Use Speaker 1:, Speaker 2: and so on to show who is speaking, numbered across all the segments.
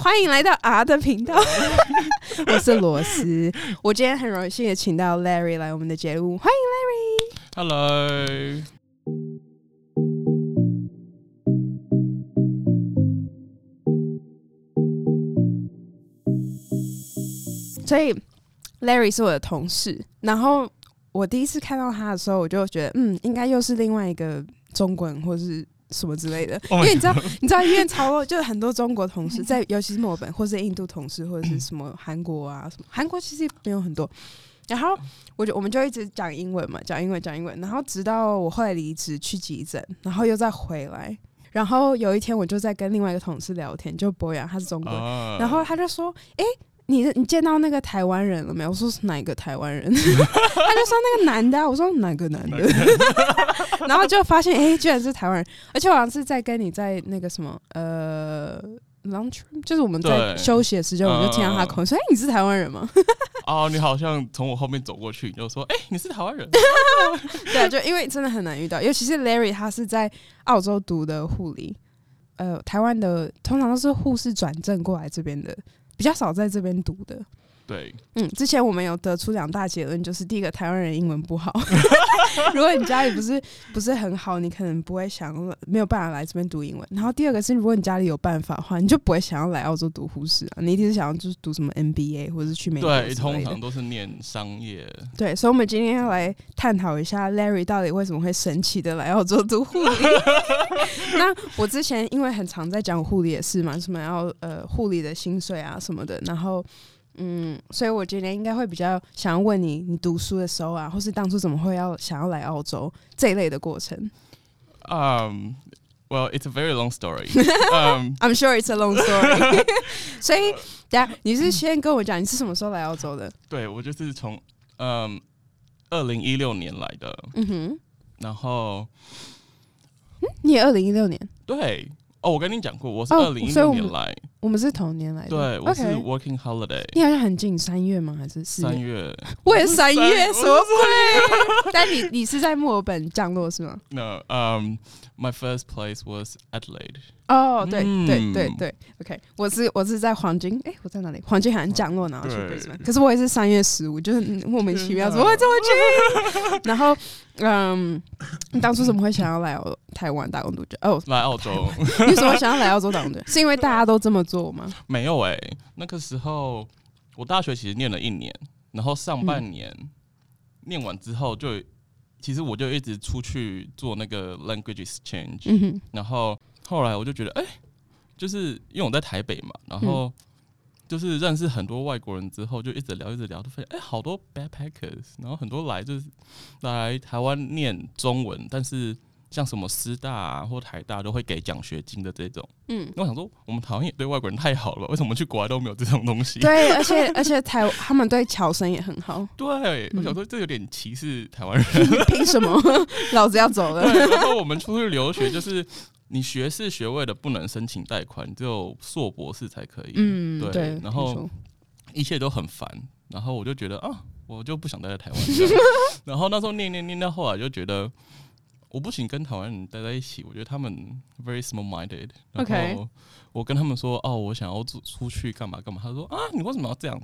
Speaker 1: 欢迎来到 R 的频道， 我是罗斯。我今天很荣幸也请到 Larry 来我们的节目，欢迎 Larry。
Speaker 2: Hello，
Speaker 1: 所以 Larry 是我的同事，然后我第一次看到他的时候，我就觉得，嗯，应该又是另外一个中国人或是什么之类的，
Speaker 2: Oh my
Speaker 1: 因为你知道，你知道，因为超多就是很多中国同事在，尤其是墨尔本或是印度同事或者是什么韩国啊什么，韩国其实没有很多。然后我就我们就一直讲英文嘛，讲英文讲英文，然后直到我后来离职去急诊，然后又再回来。然后有一天我就在跟另外一个同事聊天，就博洋，他是中国人，
Speaker 2: 啊
Speaker 1: 然后他就说：“诶，你你见到那个台湾人了没有？”我说：“是哪一个台湾人？” 他就说：“那个男的、啊。”我说：“哪个男的？” 然后就发现，诶，居然是台湾人，而且我好像是在跟你在那个什么呃 lunch，room，就是我们在
Speaker 2: 对
Speaker 1: 休息的时间，我就听到他
Speaker 2: 嗯嗯嗯
Speaker 1: 口音说：“诶，你是台湾人吗
Speaker 2: 哦，你好像从我后面走过去，你就说：“哎、你是台湾人？”
Speaker 1: 对啊，就因为真的很难遇到，尤其是 Larry，他是在澳洲读的护理，呃，台湾的通常都是护士转正过来这边的，比较少在这边读的。
Speaker 2: 对，
Speaker 1: 嗯，之前我们有得出两大结论，就是第一个，台湾人英文不好。 如果你家里不是不是很好，你可能不会想没有办法来这边读英文。然后第二个是，如果你家里有办法的话，你就不会想要来澳洲读护士啊，你一定是想要就是读什么 MBA 或者是去美国之类
Speaker 2: 对，
Speaker 1: 的。
Speaker 2: 通常都是念商业。
Speaker 1: 对，所以我们今天要来探讨一下 Larry 到底为什么会神奇的来澳洲读护理。那我之前因为很常在讲护理的事嘛，什么要呃护理的薪水啊什么的，然后嗯，所以我今天应该会比较想要问你，你读书的时候啊，或是当初怎么会要想要来澳洲 这一类的过程。
Speaker 2: 嗯、w e l l it's a very long story Um, 嗯
Speaker 1: I'm sure it's a long story 。所以，等一下你是先跟我讲你是什么时候来澳洲的？
Speaker 2: 对我就是从嗯二零一六年来的，
Speaker 1: 嗯哼，
Speaker 2: 然后
Speaker 1: 嗯你也二零一六年，
Speaker 2: 对哦，我跟你讲过，我是
Speaker 1: 哦
Speaker 2: 二零一
Speaker 1: 所以我
Speaker 2: 六
Speaker 1: 们
Speaker 2: 年来，
Speaker 1: 我们是同年来的。
Speaker 2: 对我是
Speaker 1: OK
Speaker 2: working holiday。
Speaker 1: 你好像很近，三月吗？还是四
Speaker 2: 三
Speaker 1: 月？
Speaker 2: 月，
Speaker 1: 我也三
Speaker 2: 我是
Speaker 1: 月，
Speaker 2: 三
Speaker 1: 什么鬼？ 但你你是在墨尔本降落是吗？
Speaker 2: 那嗯、m y um, first place was Adelaide。
Speaker 1: 哦，对
Speaker 2: 嗯
Speaker 1: 对对对，OK，我是我是在黄金，诶，我在哪里？黄金海岸降落，然后去
Speaker 2: 对
Speaker 1: Brisbane。可是我也是三月十五，就是嗯莫名其妙怎么会这么近？ 然后，嗯，你当初怎么会想要来澳台湾打工度假？哦，
Speaker 2: 来澳洲
Speaker 1: 你为什么想要来澳洲打工度假？是因为大家都这么做吗？
Speaker 2: 没有哎、那个时候我大学其实念了一年，然后上半年、念完之后就，其实我就一直出去做那个 language exchange，、
Speaker 1: 嗯哼，
Speaker 2: 然后后来我就觉得，哎、就是因为我在台北嘛，然
Speaker 1: 嗯
Speaker 2: 后就是认识很多外国人之后，就一直聊一直聊，就发现哎、好多 backpackers，然后很多来就是来台湾念中文，但是像什么师大啊或台大都会给奖学金的这种。
Speaker 1: 嗯。
Speaker 2: 那我想说，我们台湾也对外国人太好了吧，为什么去国外都没有这种东西？
Speaker 1: 对，而且而且台他们对侨生也很好，
Speaker 2: 对，
Speaker 1: 嗯
Speaker 2: 我想说这有点歧视台湾人。
Speaker 1: 凭什么？ 老子要走了。
Speaker 2: 对，然后我们出去留学，就是你学士学位的不能申请贷款，只有硕博士才可以。
Speaker 1: 嗯，
Speaker 2: 对
Speaker 1: 对，
Speaker 2: 然后
Speaker 1: 没错
Speaker 2: 一切都很烦。然后我就觉得啊，我就不想待在 台湾这样。然后那时候念念念到后来就觉得，我不行跟台湾人待在一起，我觉得他们 very small minded。然
Speaker 1: OK
Speaker 2: 后我跟他们说，哦，我想要出出去干嘛干嘛。他说啊，你为什么要这样？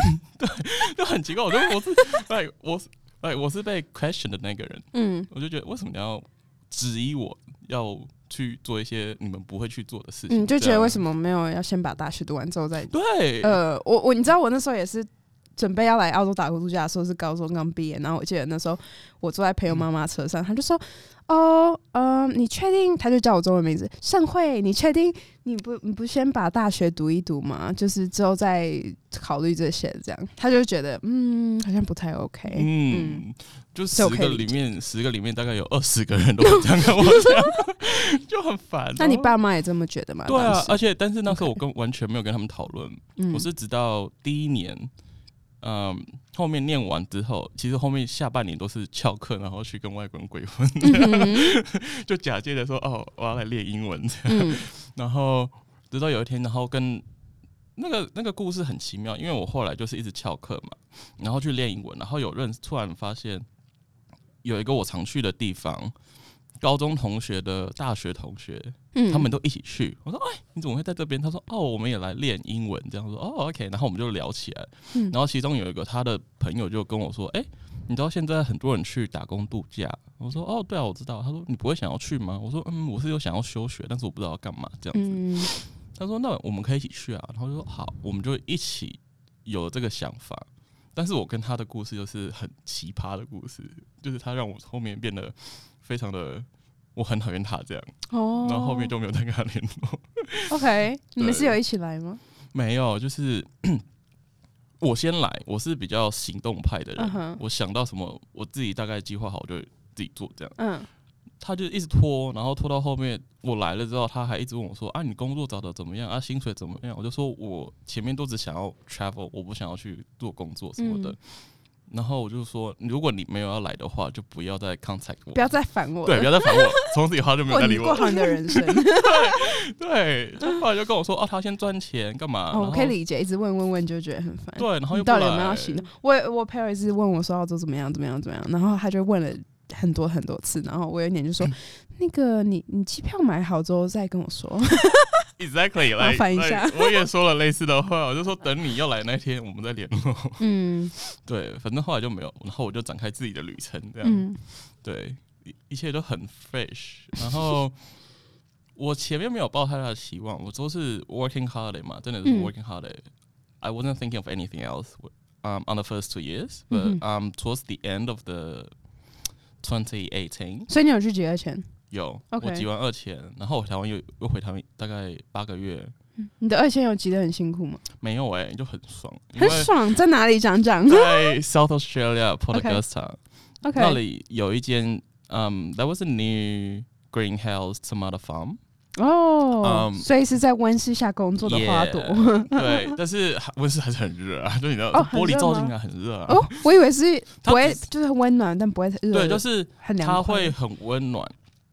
Speaker 2: 对，就很奇怪。我就我是哎，我是哎，我是被 question 的那个人，
Speaker 1: 嗯
Speaker 2: 我就觉得为什么你要质疑我要去做一些你们不会去做的事情？
Speaker 1: 嗯，就觉得为什
Speaker 2: 么？
Speaker 1: 么没有要先把大学读完之后再
Speaker 2: 对，
Speaker 1: 呃，我我你知道我那时候也是准备要来澳洲打工度假的时候是高中刚毕业，然后我记得那时候我坐在朋友妈妈车上，她就说：“哦，呃，你确定？”她就叫我中文名字盛慧，你确定你不你不先把大学读一读吗？就是之后再考虑这些，这样她就觉得嗯，好像不太 OK。
Speaker 2: 嗯，就十
Speaker 1: 所以我可
Speaker 2: 个
Speaker 1: 以理
Speaker 2: 里面，十个里面大概有二十个人都会这样跟我讲， 就很烦。哦
Speaker 1: 那你爸妈也这么觉得吗？
Speaker 2: 对
Speaker 1: 当
Speaker 2: 啊
Speaker 1: 时，
Speaker 2: 而且但是那时候我跟完全没有跟他们讨论，
Speaker 1: 嗯
Speaker 2: 我是直到第一年，嗯，后面念完之后，其实后面下半年都是翘课，然后去跟外国人鬼混，
Speaker 1: 嗯
Speaker 2: 就假借着说哦，我要来练英文这样，
Speaker 1: 嗯
Speaker 2: 然后直到有一天，然后跟那个那个故事很奇妙，因为我后来就是一直翘课嘛，然后去练英文，然后有认突然发现有一个我常去的地方，高中同学的大学同学，
Speaker 1: 嗯
Speaker 2: 他们都一起去。我说：“哎，你怎么会在这边？”他说：“哦，我们也来练英文。”这样说：“哦，OK。”然后我们就聊起来。
Speaker 1: 嗯
Speaker 2: 然后其中有一个他的朋友就跟我说：“哎、你知道现在很多人去打工度假？”我说：“哦，对啊，我知道。”他说：“你不会想要去吗？”我说：“嗯，我是有想要休学，但是我不知道要干嘛这样子。
Speaker 1: 嗯
Speaker 2: 他说：“那我们可以一起去啊。”然后就说：“好，我们就一起有了这个想法。”但是我跟他的故事就是很奇葩的故事，就是他让我后面变得非常的，我很讨厌他这样。
Speaker 1: 哦，
Speaker 2: 然后后面就没有再跟他联络。
Speaker 1: OK，你们
Speaker 2: 对
Speaker 1: 是有一起来吗？
Speaker 2: 没有，就是 我先来，我是比较行动派的人
Speaker 1: 嗯哼
Speaker 2: 我想到什么，我自己大概计划好，我就自己做这样。
Speaker 1: 嗯，
Speaker 2: 他就一直拖，然后拖到后面我来了之后，他还一直问我说：“啊，你工作找的怎么样？啊，薪水怎么样？”我就说我前面都只想要 travel，我不想要去做工作什么的。
Speaker 1: 嗯
Speaker 2: 然后我就说，如果你没有要来的话，就不要再 contact 我，
Speaker 1: 不要再烦我
Speaker 2: 对，不
Speaker 1: 了，
Speaker 2: 要再烦我，从此以后他就没有
Speaker 1: 过
Speaker 2: 再理
Speaker 1: 你
Speaker 2: 我。
Speaker 1: 过好你的人生。
Speaker 2: 对，他后来就跟我说，哦，他先赚钱干嘛？
Speaker 1: 哦，我
Speaker 2: 然
Speaker 1: 可以
Speaker 2: 后
Speaker 1: 理解，一直问问问就觉得很烦。
Speaker 2: 对，然后
Speaker 1: 你
Speaker 2: 又
Speaker 1: 到
Speaker 2: 不
Speaker 1: 底有没
Speaker 2: 来
Speaker 1: 有要行动？我我朋友一直问我说要做怎么样怎么样怎么样，然后他就问了很多很多次，然后我有一点就说，那个你你机票买好之后再跟我说。
Speaker 2: ？Exactly，
Speaker 1: 麻
Speaker 2: 来
Speaker 1: 烦一下
Speaker 2: 来我也说了类似的话，我就说等你要来那天我们再联络。
Speaker 1: 嗯
Speaker 2: 对，反正后来就没有，然后我就展开自己的旅程，这样、
Speaker 1: 嗯
Speaker 2: 对，一一切都很 fresh。然后我前面没有抱太大的期望，我都是 working holiday 嘛，真的是
Speaker 1: 嗯
Speaker 2: working holiday。I wasn't thinking of anything else um, on the first two years,
Speaker 1: 嗯
Speaker 2: but
Speaker 1: 哼
Speaker 2: um, towards the end of the 2018,
Speaker 1: 所以你有去几个钱？
Speaker 2: 有
Speaker 1: OK
Speaker 2: 我集完二千，然后我台湾又又回台湾大概八个月，
Speaker 1: 你的二千有集得很辛苦吗？
Speaker 2: 没有哎、就很爽，因为
Speaker 1: 很爽，在哪里讲讲
Speaker 2: 在 South Australia Port
Speaker 1: OK
Speaker 2: Augusta、
Speaker 1: ？OK，
Speaker 2: 那里有一间，嗯、t h a t was a new greenhouse tomato farm，
Speaker 1: 哦，
Speaker 2: 嗯
Speaker 1: 所以是在温室下工作的花朵。
Speaker 2: Yeah，对，但是还温室还是很热啊，就你知道、
Speaker 1: 哦很
Speaker 2: 玻璃
Speaker 1: 热
Speaker 2: 照
Speaker 1: 吗
Speaker 2: 进来很热啊，
Speaker 1: 哦，我以为是
Speaker 2: 它
Speaker 1: 不会，
Speaker 2: 只
Speaker 1: 就是温暖，但不会热，
Speaker 2: 对，就是
Speaker 1: 很凉快。
Speaker 2: 它会很温暖，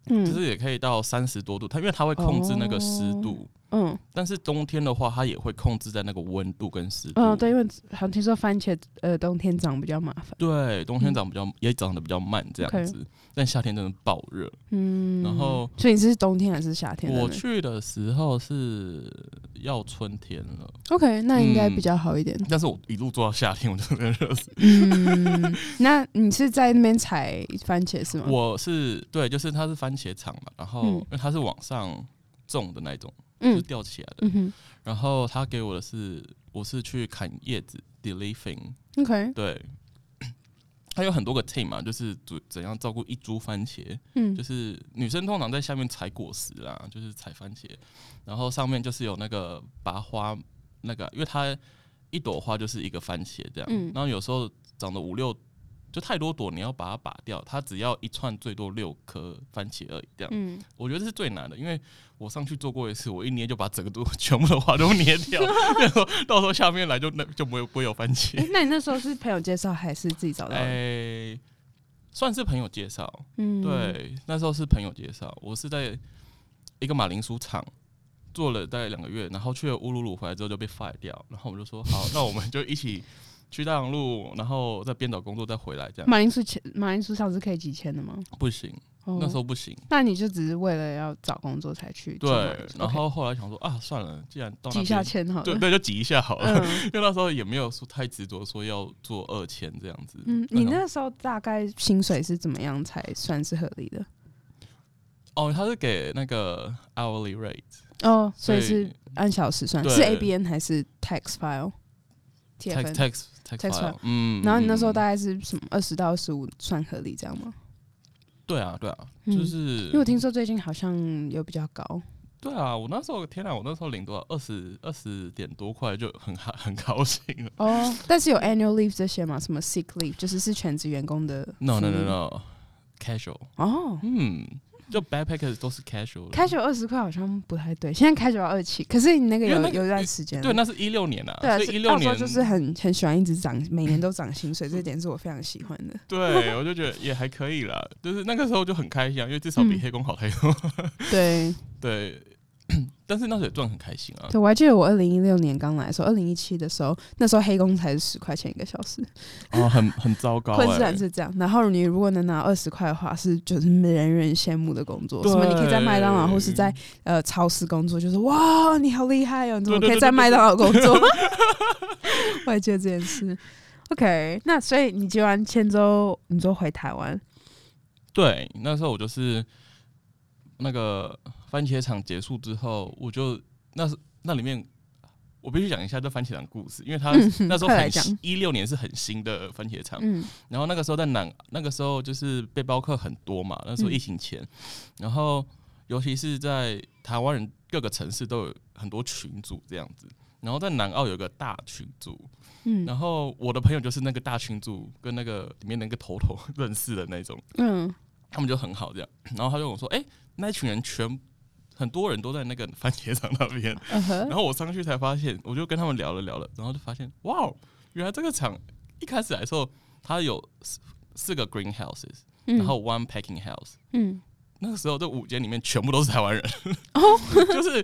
Speaker 1: 嗯，
Speaker 2: 就是也可以到三十多度，它因为它会控制那个湿
Speaker 1: 哦
Speaker 2: 度。
Speaker 1: 嗯
Speaker 2: 但是冬天的话，它也会控制在那个温度跟湿度。
Speaker 1: 嗯，对，因为好像听说番茄呃冬天长比较麻烦。
Speaker 2: 对，冬天长比较、也长得比较慢这样
Speaker 1: OK
Speaker 2: 子但夏天真的爆热。
Speaker 1: 嗯，
Speaker 2: 然后
Speaker 1: 所以你是冬天还是夏天的呢？
Speaker 2: 我去的时候是要春天了，
Speaker 1: OK，那应该
Speaker 2: 嗯
Speaker 1: 比较好一点。
Speaker 2: 但是我一路做到夏天，我就真的热死。
Speaker 1: 嗯，那你是在那边采番茄是吗？
Speaker 2: 我是对，就是它是番茄厂嘛，然后、
Speaker 1: 嗯
Speaker 2: 因为它是往上种的那种，就是
Speaker 1: 嗯
Speaker 2: 吊起来的。
Speaker 1: 嗯哼
Speaker 2: 然后他给我的是，我是去砍叶子 （deleafing），
Speaker 1: ，OK，
Speaker 2: 对。 它有很多个 team 嘛，就是怎怎样照顾一株番茄，
Speaker 1: 嗯
Speaker 2: 就是女生通常在下面采果实啦，就是采番茄，然后上面就是有那个拔花那个，因为它一朵花就是一个番茄这样，
Speaker 1: 嗯
Speaker 2: 然后有时候长得五六就太多朵，你要把它拔掉，它只要一串最多六颗番茄而已这样，
Speaker 1: 嗯，
Speaker 2: 我觉得这是最难的，因为我上去做过一次，我一捏就把整个都 全部的花都捏 掉，然后到时候下面来就那就不会不会有番
Speaker 1: 诶
Speaker 2: 茄，
Speaker 1: 那你那时候是朋友介绍还是自己找到
Speaker 2: 哎、
Speaker 1: 的？
Speaker 2: 算是朋友介绍，
Speaker 1: 嗯，，
Speaker 2: 对，那时候是朋友介绍，我是在一个马铃薯厂做了大概两个月，然后去了乌鲁鲁回来之后就被 fire 掉，然后我就说好，那我们就一起去大洋路，然后再编导工作再回来，这样
Speaker 1: 马铃薯钱，马铃薯上是可以几千的吗？
Speaker 2: 不行，
Speaker 1: 哦
Speaker 2: 那时候不行。
Speaker 1: 那你就只是为了要找工作才去
Speaker 2: 对
Speaker 1: 做马铃薯，
Speaker 2: 然
Speaker 1: OK，
Speaker 2: 后后来想说啊，算了，既然到
Speaker 1: 挤
Speaker 2: 那
Speaker 1: 一下
Speaker 2: 边，
Speaker 1: 签好
Speaker 2: 对
Speaker 1: 了。
Speaker 2: 对，就挤一下好了，
Speaker 1: 嗯
Speaker 2: 因为那时候也没有说太执着说要做二千这样子。
Speaker 1: 嗯，你
Speaker 2: 种
Speaker 1: 那时候大概薪水是怎么样才算是合理的？
Speaker 2: 哦，他是给那个 hourly rate，
Speaker 1: 哦，所
Speaker 2: 所
Speaker 1: 以
Speaker 2: 以
Speaker 1: 是按小时算，
Speaker 2: 对
Speaker 1: 是 ABN 还是 tax file
Speaker 2: tax
Speaker 1: TFN？
Speaker 2: tax tax
Speaker 1: Tax
Speaker 2: file，
Speaker 1: file
Speaker 2: 嗯，
Speaker 1: 然后你那时候
Speaker 2: 嗯
Speaker 1: 大概是什么二十到二十五算合理这样吗？
Speaker 2: 对啊对啊，
Speaker 1: 嗯
Speaker 2: 就是
Speaker 1: 因为我听说最近好像有比较高，
Speaker 2: 对啊，我那时候天啊，我那时候领多少二十二十点多块就很哈很高兴 了。
Speaker 1: 哦，但是有 annual leave 这些嘛，什么 sick leave 就是是全职员工的
Speaker 2: No no
Speaker 1: 福
Speaker 2: no
Speaker 1: 利
Speaker 2: no casual，
Speaker 1: 哦。
Speaker 2: 嗯，就 backpackers 都是 casual 的。
Speaker 1: 开学二十块好像不太对，现在开学要二七，可是你那个有
Speaker 2: 因为那个
Speaker 1: 有一段时间了，
Speaker 2: 对，那是一六年啊，
Speaker 1: 对啊，
Speaker 2: 所
Speaker 1: 是
Speaker 2: 以一六
Speaker 1: 澳
Speaker 2: 年
Speaker 1: 洲就是很很喜欢一直涨，每年都涨薪水，这点是我非常喜欢的。
Speaker 2: 对，我就觉得也还可以啦，就是那个时候就很开心啊，因为至少比
Speaker 1: 嗯
Speaker 2: 黑工好太多。
Speaker 1: 对，
Speaker 2: 对， 但是那时候也赚很开心啊。
Speaker 1: 对，我还记得我二零一六年刚来的时候，二零一七的时候，那时候黑工才是十块钱一个小时，
Speaker 2: 哦，很很糟 糕、
Speaker 1: 昆士
Speaker 2: 欸
Speaker 1: 兰。是这样。然后你如果能拿二十块的话，是就是人人羡慕的工作。
Speaker 2: 对
Speaker 1: 什么你可以在麦当劳或是在呃超市工作，就是哇，你好厉害哦，你怎么
Speaker 2: 对对
Speaker 1: 可以
Speaker 2: 对
Speaker 1: 在
Speaker 2: 对
Speaker 1: 麦当劳工 作？我还记得这件事。OK，那所以你结完签之后，你就回台湾。
Speaker 2: 对，那时候我就是那个番茄厂结束之后，我就那是那里面。我必须讲一下这番茄厂故事，因为它
Speaker 1: 嗯哼
Speaker 2: 那时候
Speaker 1: 快来
Speaker 2: 很
Speaker 1: 讲
Speaker 2: 一六年是很新的番茄厂，
Speaker 1: 嗯
Speaker 2: 然后那个时候在南，那个时候就是背包客很多嘛，那时候
Speaker 1: 嗯
Speaker 2: 疫情前，然后尤其是在台湾人各个城市都有很多群组这样子，然后在南澳有一个大群组，
Speaker 1: 嗯
Speaker 2: 然后我的朋友就是那个大群组跟那个里面那个头头 认识的那种，
Speaker 1: 嗯，
Speaker 2: 他们就很好这样， 然后他就跟我说，哎、那一群人全很多人都在那个番茄厂那边，
Speaker 1: 嗯哼
Speaker 2: 然后我上去才发现，我就跟他们聊了聊了，然后就发现，哇哦，原来这个厂一开始来的时候，它有四四个 greenhouses，
Speaker 1: 嗯
Speaker 2: 然后 one packing house。
Speaker 1: 嗯，
Speaker 2: 那个时候这五间里面全部都是台湾人，
Speaker 1: 哦，
Speaker 2: 就是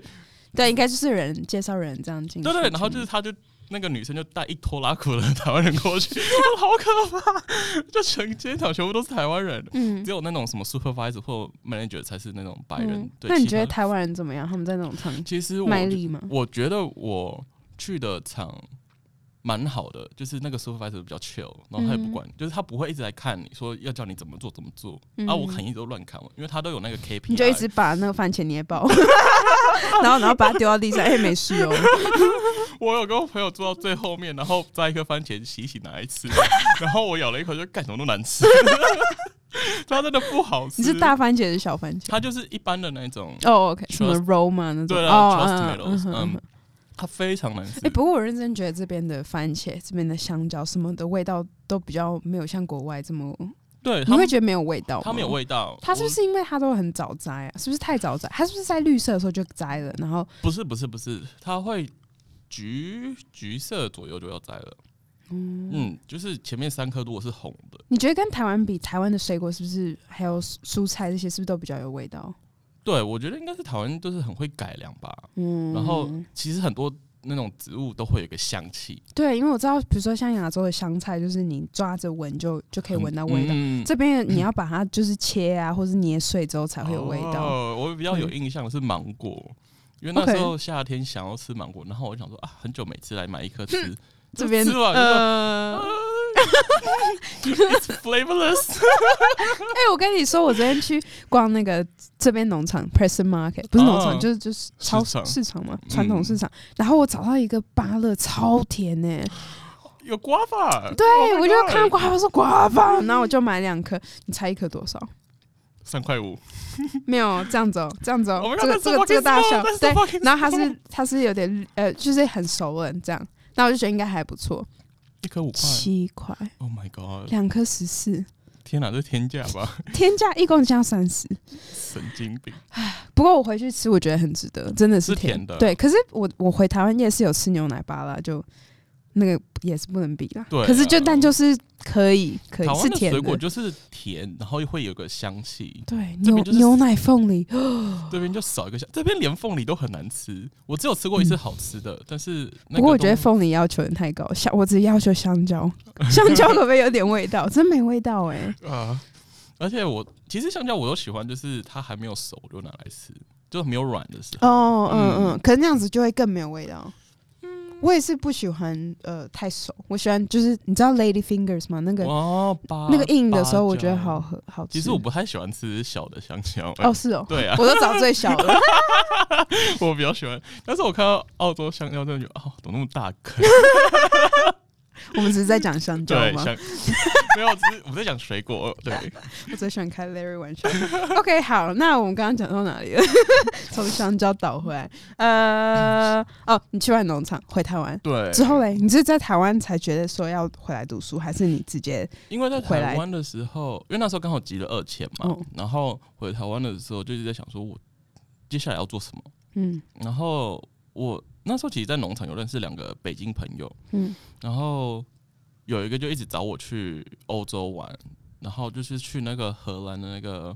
Speaker 1: 对，应该就是人介绍人这样进去。
Speaker 2: 对对，然后就是他就那个女生就带一拖拉苦的台湾人过去， 我好可怕， 就全街场全部都是台湾人。
Speaker 1: 嗯
Speaker 2: 只有那种什么 supervisor 或 manager 才是那种白人。
Speaker 1: 嗯
Speaker 2: 对，
Speaker 1: 那你
Speaker 2: 其
Speaker 1: 觉
Speaker 2: 他
Speaker 1: 得台湾人怎么样？他们在那种场
Speaker 2: 其实我
Speaker 1: 卖力吗？
Speaker 2: 我觉得我去的场蛮好的，就是那个 supervisor 比较 chill，然后他也不管，
Speaker 1: 嗯
Speaker 2: 就是他不会一直来看你说要叫你怎么做怎么做、啊，我肯定都乱看嘛，因为他都有那个 KPI，
Speaker 1: 你就一直把那个番茄捏 爆，然后然后把它丢到地上，哎、没事哦。
Speaker 2: 我有跟我朋友坐到最后面，然后摘一颗番茄洗一洗拿 来吃，然后我咬了一口就干什么都难吃，它真的不好吃，
Speaker 1: 你是大番茄还是小番茄？
Speaker 2: 它就是一般的那种，
Speaker 1: 哦、o k
Speaker 2: Trust-
Speaker 1: 什么 Roma 那种？
Speaker 2: 对啊
Speaker 1: 哦
Speaker 2: trust
Speaker 1: 嗯嗯
Speaker 2: tomatoes，
Speaker 1: 嗯
Speaker 2: 嗯它非常难吃
Speaker 1: 哎、，不过我认真觉得这边的番茄、这边的香蕉什么的味道都比较没有像国外这么，
Speaker 2: 对，
Speaker 1: 你
Speaker 2: 它
Speaker 1: 会觉得没有味道吗
Speaker 2: 它没有，味道，
Speaker 1: 它是不
Speaker 2: 我
Speaker 1: 是因为它都很早摘啊？是不是太早摘？它是不是在绿色的时候就摘了？然后
Speaker 2: 不是不是不是，它会橘橘色左右就要摘
Speaker 1: 哦
Speaker 2: 了。嗯，就是前面三颗如果是红的，
Speaker 1: 你觉得跟台湾比，台湾的水果是不是还有蔬蔬菜这些是不是都比较有味道？
Speaker 2: 对我觉得应该是台湾就是很会改良吧。
Speaker 1: 嗯，
Speaker 2: 然后其实很多那种植物都会有一个香气，
Speaker 1: 对，因为我知道，比如说像亚洲的香菜，就是你抓着闻就就可以闻到味道。
Speaker 2: 嗯
Speaker 1: 这边你要把它就是切啊，或是捏碎之后才会有味道。
Speaker 2: 哦、我比较有印象的是芒果，因为那
Speaker 1: OK
Speaker 2: 时候夏天想要吃芒果，然后我就想说啊，很久没吃，来买一颗吃。
Speaker 1: 这边
Speaker 2: 就吃完就说
Speaker 1: 呃，
Speaker 2: It's flavorless，
Speaker 1: 哎、我跟你说，我昨天去逛那个这边农场 Preston Market，不是农场，
Speaker 2: 哦
Speaker 1: 就是就是超
Speaker 2: 市场
Speaker 1: 市场嘛，
Speaker 2: 嗯
Speaker 1: 传统市场。然后我找到一个芭乐，超甜呢、
Speaker 2: 有瓜吧？
Speaker 1: 对
Speaker 2: Oh my
Speaker 1: 我就
Speaker 2: God
Speaker 1: 看到瓜，我说瓜吧，然后我就买两颗。你猜一颗多少？
Speaker 2: 三块五。
Speaker 1: 没有这样子哦，这样子
Speaker 2: 我
Speaker 1: 哦
Speaker 2: 们，
Speaker 1: 这
Speaker 2: 刚
Speaker 1: 个
Speaker 2: 才
Speaker 1: 这个这个大小，对， 然后它
Speaker 2: 他
Speaker 1: 是它是有点呃，就是很熟人这样，那我就觉得应该还不错，
Speaker 2: 一颗五块
Speaker 1: 七块，
Speaker 2: ，Oh my god！
Speaker 1: 两颗十四，
Speaker 2: 天哪，这是天价吧？
Speaker 1: 天价一共加三十。
Speaker 2: 神经 病！
Speaker 1: 不过我回去吃，我觉得很值得，真的
Speaker 2: 是
Speaker 1: 甜
Speaker 2: 甜的
Speaker 1: 对，可是我我回台湾夜市有吃牛奶巴拉，就那个也是不能比啦。
Speaker 2: 对啊
Speaker 1: 可是就但就是可以可
Speaker 2: 台
Speaker 1: 以是
Speaker 2: 湾的
Speaker 1: 甜
Speaker 2: 水果就是甜，然后会有个香气，
Speaker 1: 对，
Speaker 2: 这
Speaker 1: 牛
Speaker 2: 边就是
Speaker 1: 牛奶凤梨，
Speaker 2: 这边就少一个香。这边连凤梨都很难吃，我只有吃过一次好吃的，但是那
Speaker 1: 嗯不过
Speaker 2: 个
Speaker 1: 我觉得
Speaker 2: 都
Speaker 1: 凤梨要求得太高，香我只要求香蕉，香蕉可不可以有点味道？真没味道哎、
Speaker 2: 啊， 而且我其实香蕉我都喜欢，就是它还没有熟我就拿来吃，就是没有软的时候。
Speaker 1: 哦，嗯
Speaker 2: 嗯
Speaker 1: 嗯，可是那样子就会更没有味道。我也是不喜欢呃太熟，我喜欢就是你知道 Lady Fingers 吗？那个
Speaker 2: 哇，芭
Speaker 1: 那个硬的时候，我觉得。
Speaker 2: 芭
Speaker 1: 好
Speaker 2: 蕉
Speaker 1: 喝好吃。
Speaker 2: 其实我不太喜欢吃小的香蕉、
Speaker 1: 哦是哦，
Speaker 2: 对啊，
Speaker 1: 我都找最小的。
Speaker 2: 我比较喜欢，但是我看到澳洲香蕉，真的觉得哦，怎么那么大 根？
Speaker 1: 我们只是在讲香蕉
Speaker 2: 对，
Speaker 1: 吗？
Speaker 2: 香 没有，只是我在讲水果。哦对，
Speaker 1: 我最喜欢开 Larry 玩笑。OK，好，那我们刚刚讲到哪里了？ 从香蕉倒回来。呃，哦，你去完农场回台湾
Speaker 2: 对，
Speaker 1: 之后嘞，你是在台湾才觉得说要回来读书，还是你直接
Speaker 2: 因为在
Speaker 1: 回来
Speaker 2: 台湾的时候，因为那时候刚好集了二千嘛，
Speaker 1: 嗯
Speaker 2: 然后回台湾的时候就一直在想说，我接下来要做什么。
Speaker 1: 嗯
Speaker 2: 然后我那时候其实，在农场有认识两个北京朋友，
Speaker 1: 嗯
Speaker 2: 然后有一个就一直找我去欧洲玩，然后就是去那个荷兰的那个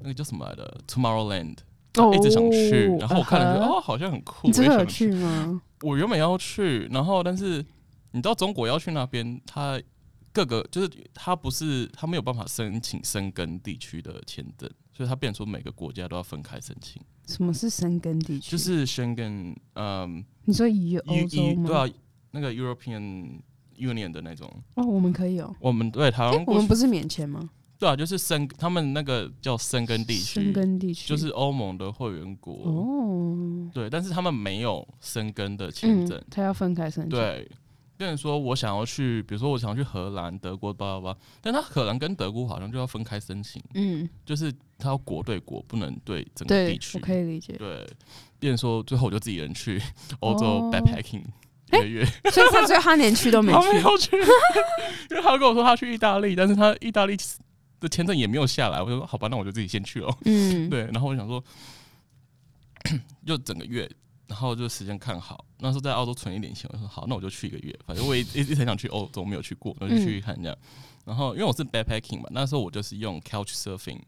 Speaker 2: 那个叫什么来的 Tomorrowland，
Speaker 1: 哦
Speaker 2: 一直想去，然后我看了就
Speaker 1: 啊哈
Speaker 2: 哦，好像很酷，
Speaker 1: 你
Speaker 2: 我
Speaker 1: 真
Speaker 2: 也
Speaker 1: 的
Speaker 2: 想
Speaker 1: 有去吗？
Speaker 2: 我原本要去，然后但是你知道中国要去那边，它各个就是它不是它没有办法申请生根地区的签证，所以它变成说每个国家都要分开申请，
Speaker 1: 什么是深根地区？哦
Speaker 2: 就是申根，嗯，
Speaker 1: 你说以欧
Speaker 2: U
Speaker 1: 洲
Speaker 2: E
Speaker 1: 吗？
Speaker 2: 对啊，那个 European Union 的那种，
Speaker 1: 哦，我们可以哦。
Speaker 2: 我们对台
Speaker 1: 哎、
Speaker 2: 湾
Speaker 1: 我
Speaker 2: 过
Speaker 1: 们
Speaker 2: 去
Speaker 1: 不是免签吗？
Speaker 2: 对啊，就是生他们那个叫生根地区
Speaker 1: 深，根地区
Speaker 2: 就是欧盟的会员国，
Speaker 1: 哦，
Speaker 2: 对，但是他们没有生根的签证
Speaker 1: 嗯，，他要分开申请。，
Speaker 2: 对，啊跟你说我想要去，比如说我想要去荷兰、德国，巴拉巴拉，但他荷兰跟德国好像就要分开申请，
Speaker 1: 嗯，
Speaker 2: 就是他要国对国，不能对整个地
Speaker 1: 对，
Speaker 2: 区
Speaker 1: 我。可以理解。
Speaker 2: 对，变成说最后我就自己人去欧洲
Speaker 1: 哦
Speaker 2: backpacking 一个月，
Speaker 1: 所以他最后他连去都没
Speaker 2: 他 没
Speaker 1: 去。
Speaker 2: 有去，因为他跟我说他去意大利，但是他意大利的签证也没有下来，我就说好吧，那我就自己先去哦。
Speaker 1: 嗯，
Speaker 2: 对，然后我想说， 就整个月，然后就时间看好，那时候在澳洲存一点钱，我说好，那我就去一个月，反正我也一直很想去欧洲，没有去过，那就去看这样。然后因为我是 backpacking 嘛，那时候我就是用 couch surfing，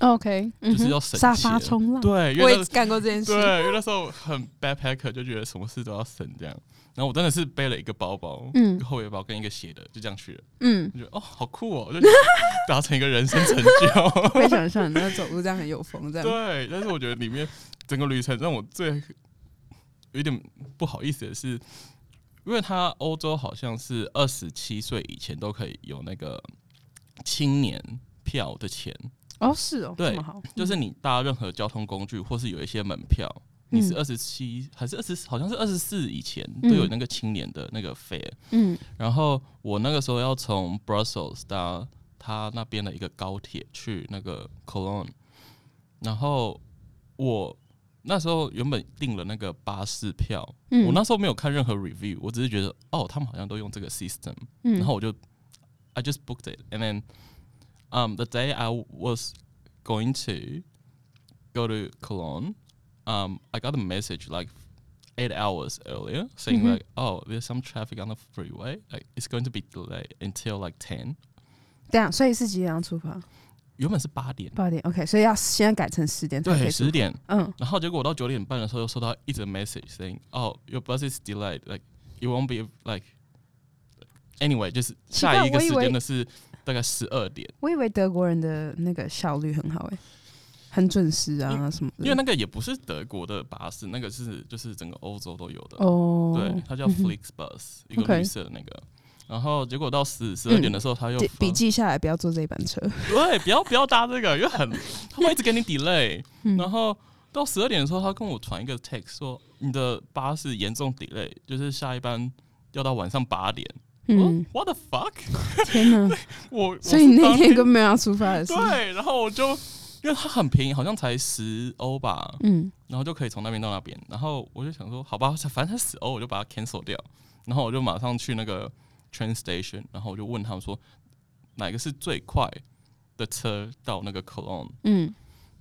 Speaker 1: OK，嗯
Speaker 2: 就是
Speaker 1: 哼
Speaker 2: 要省
Speaker 1: 沙
Speaker 2: 钱
Speaker 1: 发冲浪。
Speaker 2: 对，因
Speaker 1: 我
Speaker 2: 为
Speaker 1: 也
Speaker 2: 那
Speaker 1: 干过这件事。
Speaker 2: 对，啊因为那时候很 backpacker，就觉得什么事都要省这样。然后我真的是背了一个包包，
Speaker 1: 嗯
Speaker 2: 一个后背包跟一个斜的，就这样去了。
Speaker 1: 嗯，
Speaker 2: 我觉得哦，好酷哦，就 觉得达成一个人生成就。
Speaker 1: 可以想象，你要走路这样很有风，这样。
Speaker 2: 啊对，但是我觉得里面整个旅程让我最有一点不好意思的是，因为他欧洲好像是二十七岁以前都可以有那个青年票的钱，
Speaker 1: 哦，是哦，
Speaker 2: 对
Speaker 1: 这么好，
Speaker 2: 就是你搭任何交通工具或是有一些门票。你是
Speaker 1: 嗯
Speaker 2: 二十七还是二十？好像是二十四以前都有
Speaker 1: 嗯
Speaker 2: 那个青年的那个费。
Speaker 1: 嗯
Speaker 2: 然后我那个时候要从 Brussels 搭他那边的一个高铁去那个 Cologne，然后我那时候原本订了那个巴士票，
Speaker 1: 嗯，
Speaker 2: 我那时候没有看任何 review，我只是觉得哦，他们好像都用这个 system，、
Speaker 1: 嗯，
Speaker 2: 然后我就 I just booked it and then um the day I was going to go to Cologne um I got a message like eight hours earlier saying
Speaker 1: Mhm.
Speaker 2: like oh there's some traffic on the freeway like it's going to be delayed until like ten
Speaker 1: 这样，所以是几点要出发？
Speaker 2: 原本是八点
Speaker 1: 八点，OK，所以要先改成十点才可以
Speaker 2: 对
Speaker 1: 出
Speaker 2: 十
Speaker 1: 发。
Speaker 2: 点
Speaker 1: 嗯，
Speaker 2: 然后结果我到九点半的时候又收到一则 message saying oh your bus is delayed like it won't be like anyway 就是
Speaker 1: 奇怪
Speaker 2: 下一个
Speaker 1: 我以
Speaker 2: 时
Speaker 1: 为
Speaker 2: 间的是大概十二点。
Speaker 1: 我以为德国人的那个效率很好诶、欸很准时啊什么的。
Speaker 2: 因为那个也不是德国的巴士，那个是就是整个欧洲都有的，
Speaker 1: 哦，
Speaker 2: 对，它叫
Speaker 1: 嗯哼
Speaker 2: Flixbus，、一个
Speaker 1: OK 嗯
Speaker 2: 绿色的那个。然后结果到十十二点的时候，他又
Speaker 1: 记
Speaker 2: 发
Speaker 1: 笔记下来，不要坐这一班车。
Speaker 2: 对，不要不要搭这个，因为很他会一直给你 delay。
Speaker 1: 嗯
Speaker 2: 然后到十二点的时候，他跟我传一个 text 说你的巴士严重 delay，就是下一班要到晚上八点。
Speaker 1: 嗯，
Speaker 2: 我 What the fuck！
Speaker 1: 天哪！
Speaker 2: 哦 我我
Speaker 1: 所以你
Speaker 2: 是
Speaker 1: 那
Speaker 2: 当
Speaker 1: 天根本没有要出发的是吗？
Speaker 2: 对，然后我就因为它很便宜，好像才十欧吧，
Speaker 1: 嗯，
Speaker 2: 然后就可以从那边到那边。然后我就想说，好吧，反正他死哦，我就把它 cancel 掉。然后我就马上去那个 train station，然后我就问他们说，哪个是最快的车到那个 Cologne？
Speaker 1: 嗯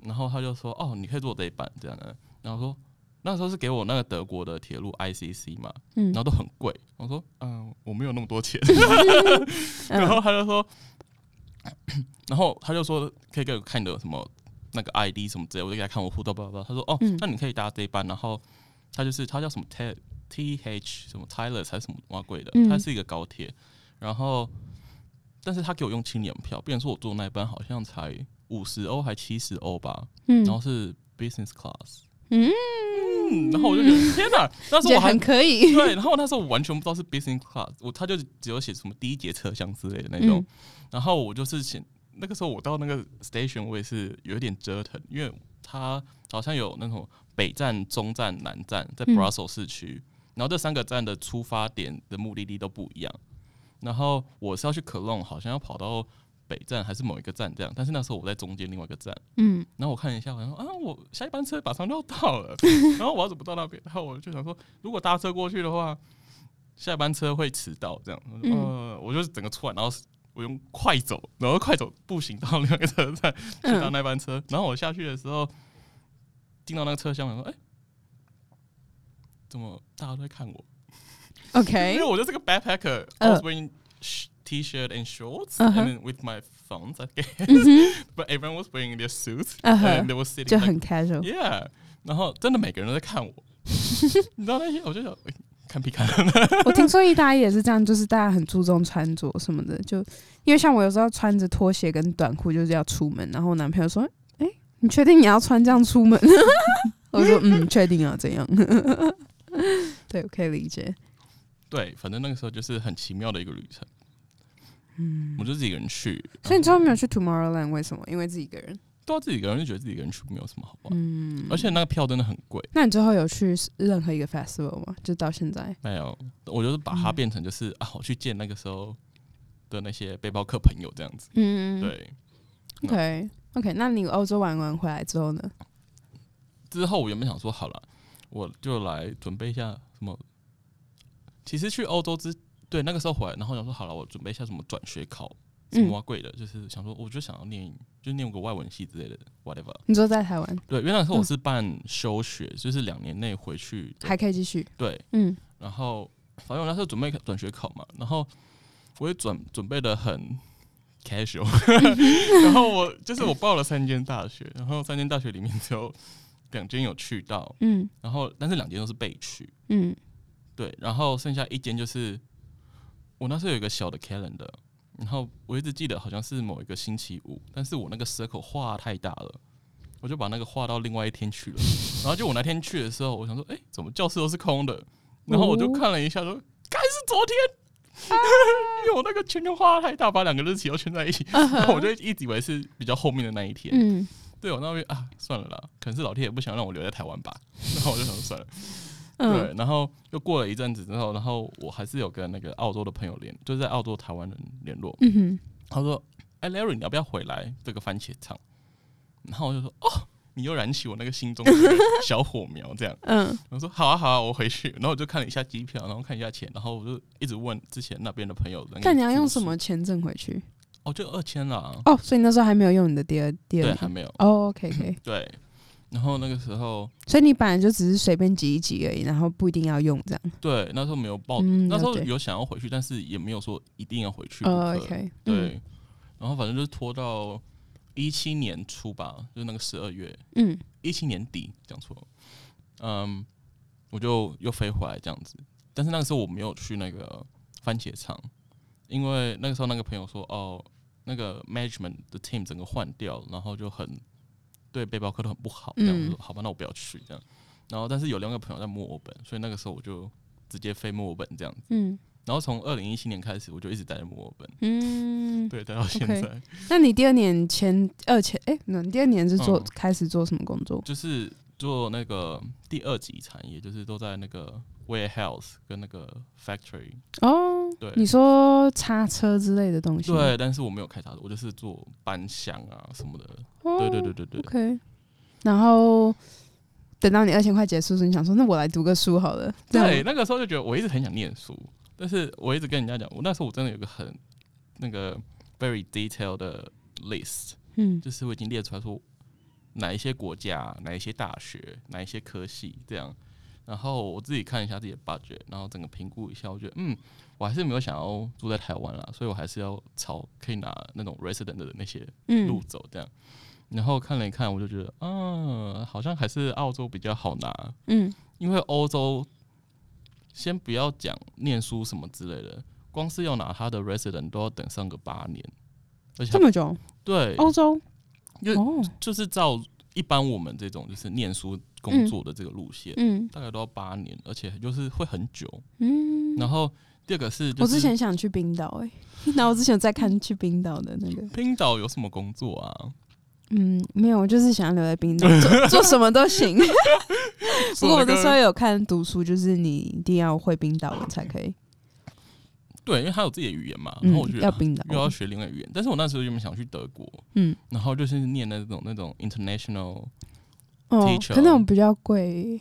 Speaker 2: 然后他就说，哦，你可以坐这一班这样的。然后我说那时候是给我那个德国的铁路 ICC 嘛，
Speaker 1: 嗯
Speaker 2: 然后都很贵。我说，嗯、我没有那么多钱。 然
Speaker 1: 嗯
Speaker 2: 后他就说， 然后他就说可以给我看你的什么那个 ID 什么之类，我就给他看我护照，叭叭叭。他说哦，
Speaker 1: 嗯
Speaker 2: 那你可以搭这一班，然后他就是他叫什么 T T H 什么 Tyler 才什么哇贵的，
Speaker 1: 嗯
Speaker 2: 他是一个高铁，然后但是他给我用青年票，变成说我坐那一班好像才五十欧还七十欧吧，然后
Speaker 1: 嗯
Speaker 2: 是 business class，
Speaker 1: 嗯，
Speaker 2: 嗯，然后我就觉得天哪，那时候
Speaker 1: 也
Speaker 2: 我还
Speaker 1: 很可 以。
Speaker 2: 对，然后那时候我完全不知道是 business class，我他就只有写什么第一节车厢之类的那种。
Speaker 1: 嗯
Speaker 2: 然后我就是写那个时候我到那个 station，我也是有点折腾，因为它好像有那种北站、中站、南站，在
Speaker 1: 嗯
Speaker 2: Brussels 市区，然后这三个站的出发点的目的地都不一样。然后我是要去可隆，好像要跑到北站还是某一个站这样，但是那时候我在中间另外一个站。
Speaker 1: 嗯
Speaker 2: 然后我看了一下，我想说啊，我下一班车马上就要到了， 然后我要怎么到那边？然后我就想说，如果搭车过去的话，下一班车会迟到，这样。我就
Speaker 1: 嗯
Speaker 2: 呃，我就整个出来，然后我用快走，然后快走步行到另外一个车站，去搭
Speaker 1: 嗯
Speaker 2: 那班车。然后我下去的时候，进到那个车厢，我想说，哎、怎么大家都在看我？因
Speaker 1: ，OK，
Speaker 2: Oh. 为我就是个 backpacker，I was wearing sh- t-shirt and shorts，and
Speaker 1: Uh-huh.
Speaker 2: then with my phones, I guess.
Speaker 1: 嗯哼，
Speaker 2: But everyone was wearing their suits
Speaker 1: 嗯哼
Speaker 2: and they were sitting
Speaker 1: 就
Speaker 2: like
Speaker 1: 很 casual。
Speaker 2: Yeah，然后真的每个人都在 看我，你知道那些我就想哎看屁看，
Speaker 1: 我听说意大利也是这样，就是大家很注重穿着什么的，就因为像我有时候穿着拖鞋跟短裤就是要出门，然后我男朋友说：“哎、你确定你要穿这样出门？” 我说：“嗯，确定啊，怎样？” 对，我可以理解。
Speaker 2: 对，反正那个时候就是很奇妙的一个旅程。嗯，我就自己一个人去，
Speaker 1: 所以你
Speaker 2: 然
Speaker 1: 最后没有去 Tomorrowland，为什么？因为自己一个人。
Speaker 2: 后对啊，自己一个人就觉得自己一个人去没有什么好玩，
Speaker 1: 嗯，
Speaker 2: 而且那个票真的很贵。
Speaker 1: 那你最后有去任何一个 festival 吗？就到现在？
Speaker 2: 没有，我就是把它
Speaker 1: 嗯
Speaker 2: 变成就是、啊，我去见那个时候的那些背包客朋友这样子。
Speaker 1: 嗯，。
Speaker 2: 对，
Speaker 1: OK OK，那你欧洲玩完回来之后呢？
Speaker 2: 之后我原本想说好了，我就来准备一下什么。其实去欧洲之对那个时候回来，然后想说好了，我准备一下什么转学考，什么
Speaker 1: 嗯
Speaker 2: 蛙贵的，就是想说我就想要念，就念个外文系之类的，whatever。
Speaker 1: 你说在台湾
Speaker 2: 对，因为那时候我是办休学，就是两年内回去的
Speaker 1: 嗯还可以继续？
Speaker 2: 对，
Speaker 1: 嗯
Speaker 2: 然后反正我那时候准备转学考嘛，然后我也准准备的很 casual，然后我就是我报了三间大学，然后三间大学里面只有两间有去到，
Speaker 1: 嗯
Speaker 2: 然后但是两间都是被去，
Speaker 1: 嗯
Speaker 2: 对，然后剩下一间就是我那时候有一个小的 calendar，然后我一直记得好像是某一个星期五，但是我那个 circle 画太大了。我就把那个画到另外一天去了，然后就我那天去的时候，我想说，哎、怎么教室都是空的？然后我就
Speaker 1: 哦
Speaker 2: 看了一下说，该是昨天， 因为我那个圈圈画得太大，把两个日期都圈在一起，然后我就一直以为是比较后面的那一天。
Speaker 1: 嗯，
Speaker 2: 对我那边啊，算了啦，可能是老天也不想让我留在台湾吧。然后我就想说算了。对，
Speaker 1: 嗯
Speaker 2: 然后又过了一阵子之后，然后我还是有跟那个澳洲的朋友联，就是在澳洲台湾人联络。
Speaker 1: 嗯哼，
Speaker 2: 他说：“哎、l a r r y 你要不要回来这个番茄场？”然后我就说：“哦，你又燃起我那个心中的那个小火苗。”这样，
Speaker 1: 嗯
Speaker 2: 我说：“好啊，好啊，我回去。”然后我就看了一下机票，然后看一下钱，然后我就一直问之前那边的朋友。那个
Speaker 1: 但你要用
Speaker 2: 住
Speaker 1: 什
Speaker 2: 宿
Speaker 1: 么？签证回去？
Speaker 2: 哦，就二千啦。
Speaker 1: 哦，所以那时候还没有用你的第二第
Speaker 2: 对，
Speaker 1: 二
Speaker 2: 还
Speaker 1: 年。
Speaker 2: 没嗯有。
Speaker 1: 哦，OK OK，
Speaker 2: 对，然后那个时候，
Speaker 1: 所以你本来就只是随便挤一挤而已，然后不一定要用这样。
Speaker 2: 对，那时候没有报，
Speaker 1: 嗯
Speaker 2: 哦那时候
Speaker 1: 了解
Speaker 2: 有想要回去，但是也没有说一定要回去。
Speaker 1: 哦
Speaker 2: 不可
Speaker 1: OK，
Speaker 2: 对，然后反正就是拖到一七年初吧，就是那个十二月，
Speaker 1: 嗯，
Speaker 2: 一七年底讲错了，嗯，我就又飞回来这样子。嗯但是那个时候我没有去那个番茄场，因为那个时候那个朋友说，哦，那个 management 的 team 整个换掉，然后就很对背包客都很不好，这样、
Speaker 1: 嗯
Speaker 2: 我说好吧，那我不要去这样。然后但是有两个朋友在墨尔本，所以那个时候我就直接飞墨尔本这样子。
Speaker 1: 嗯
Speaker 2: 然后从二零一七年开始，我就一直待在墨尔本，
Speaker 1: 嗯嗯。
Speaker 2: 对，待到现
Speaker 1: OK
Speaker 2: 在。
Speaker 1: 那你第二年签二签，哎，那你第二年是做
Speaker 2: 嗯
Speaker 1: 开始做什么工作？
Speaker 2: 就是做那个第二级产业，就是都在那个 warehouse 跟那个 factory
Speaker 1: 哦，
Speaker 2: 对。
Speaker 1: 你说叉车之类的东西吗？
Speaker 2: 对，但是我没有开闸的，我就是做搬箱啊什么的。
Speaker 1: 哦，
Speaker 2: 对对对对对，
Speaker 1: OK，然后等到你二千块结束的时，候，你想说，那我来读个书好了。这样
Speaker 2: 对，，那个时候就觉得我一直很想念书，但是我一直跟人家讲，我那时候我真的有个很那个 very detailed 的 list，
Speaker 1: 嗯
Speaker 2: 就是我已经列出来说哪一些国家、哪一些大学、哪一些科系这样，然后我自己看一下自己的 budget，然后整个评估一下，我觉得嗯，我还是没有想要住在台湾啦，所以我还是要朝可以拿那种 resident 的那些路
Speaker 1: 嗯
Speaker 2: 走这样。然后看了一看，我就觉得，嗯，好像还是澳洲比较好拿，
Speaker 1: 嗯
Speaker 2: 因为欧洲先不要讲念书什么之类的，光是要拿他的 resident 都要等上个八年，而且
Speaker 1: 这
Speaker 2: 还
Speaker 1: 么哦久，
Speaker 2: 对
Speaker 1: 欧洲
Speaker 2: 就
Speaker 1: 哦，
Speaker 2: 就是照一般我们这种就是念书工作的这个路线，
Speaker 1: 嗯
Speaker 2: 大概都要八年，而且就是会很久。
Speaker 1: 嗯。
Speaker 2: 然后第二个是、就是，
Speaker 1: 我之前想去冰岛哎、然后我之前有在看去冰岛的那个，
Speaker 2: 冰岛有什么工作啊？
Speaker 1: 嗯，没有，我就是想要留在 冰岛，做做什么都 行。 不过我那
Speaker 2: 做那个
Speaker 1: 时候有看读书，就是你一定要会冰岛文才可以，
Speaker 2: 对，因为他有自己的语言嘛，然
Speaker 1: 嗯
Speaker 2: 后哦我觉，得、
Speaker 1: 要冰岛
Speaker 2: 又要
Speaker 1: 文，
Speaker 2: 学另外语言，但是我那时候原本想去德国，
Speaker 1: 嗯，
Speaker 2: 然后就是念那种那种 international，
Speaker 1: 哦，
Speaker 2: teacher
Speaker 1: 可那种比较贵。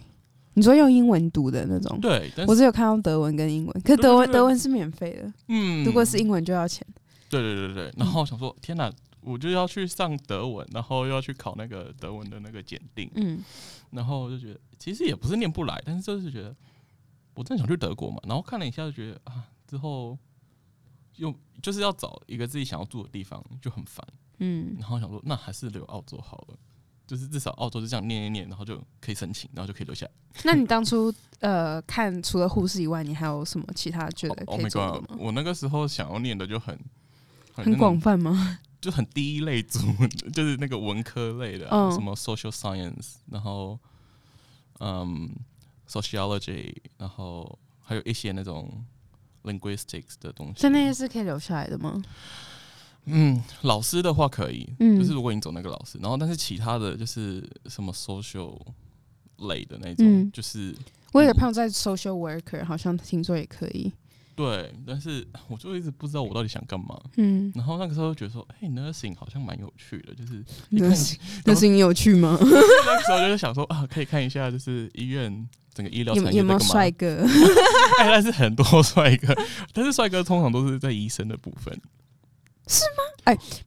Speaker 1: 你说用英文读的那种，
Speaker 2: 对，但
Speaker 1: 我
Speaker 2: 是
Speaker 1: 只有看到德文跟英文，可
Speaker 2: 对
Speaker 1: 德文
Speaker 2: 对对
Speaker 1: 德文是免费的，
Speaker 2: 嗯，
Speaker 1: 如果是英嗯文就要钱。
Speaker 2: 对对对对，然后我想说，天哪，我就要去上德文，然后又要去考那个德文的那个检定，
Speaker 1: 嗯
Speaker 2: 然后就觉得其实也不是念不来，但是就是觉得我真的想去德国嘛。然后看了一下，就觉得啊，之后又就是要找一个自己想要住的地方就很烦，
Speaker 1: 嗯，
Speaker 2: 然后想说那还是留澳洲好了，就是至少澳洲就这样念念念，然后就可以申请，然后就可以留下来。
Speaker 1: 那你当初呃看除了护士以外，你还有什么其他觉得
Speaker 2: Oh
Speaker 1: 可以
Speaker 2: my
Speaker 1: 做的
Speaker 2: god！
Speaker 1: 吗？
Speaker 2: 我那个时候想要念的就很
Speaker 1: 很
Speaker 2: 很那种
Speaker 1: 广泛吗？
Speaker 2: 就很第一类组， 就是那个文科类的、啊，
Speaker 1: 嗯
Speaker 2: 什么 social science，然后嗯 sociology，然后还有一些那种 linguistics 的东西
Speaker 1: 在。那些是可以留下来的吗？
Speaker 2: 嗯，老师的话可以，
Speaker 1: 嗯
Speaker 2: 就是如果你走那个老师，然后但是其他的就是什么 social 类的那种，
Speaker 1: 嗯
Speaker 2: 就是
Speaker 1: 我有个朋友在 social worker，好像听说也可以。
Speaker 2: 对，但是我就一直不知道我到底想干嘛。
Speaker 1: 嗯，
Speaker 2: 然后那个时候就觉得说，哎、n u r s i n g 好像蛮有趣的，就是一
Speaker 1: 那
Speaker 2: 看
Speaker 1: 是那是你有趣吗？
Speaker 2: 那时候就是想说啊，可以看一下，就是医院整个医疗
Speaker 1: 有
Speaker 2: 产业
Speaker 1: 有没有
Speaker 2: 在干嘛
Speaker 1: 帅？哥？
Speaker 2: 哎，但是很多帅哥，但是帅哥通常都是在医生的部分。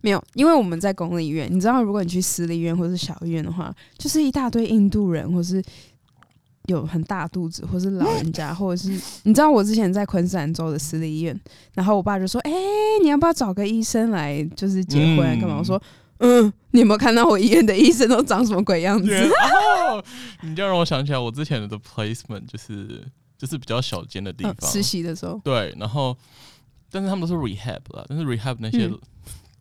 Speaker 1: 没有，因为我们在公立医院，你知道，如果你去私立医院或是小医院的话，就是一大堆印度人，或是有很大肚子，或是老人家，或者是 你知道，我之前在昆山州的私立医院，然后我爸就说：“哎、你要不要找个医生来，就是结婚啊
Speaker 2: 嗯
Speaker 1: 干嘛？”我说：“嗯，你有没有看到我医院的医生都长什么鬼样子？”
Speaker 2: 哦，你这样让我想起来，我之前的 placement 就是就是比较小间的地
Speaker 1: 嗯
Speaker 2: 方，
Speaker 1: 实习的时候，
Speaker 2: 对，然后但是他们都是 rehab 啦，但是 rehab 那些
Speaker 1: 嗯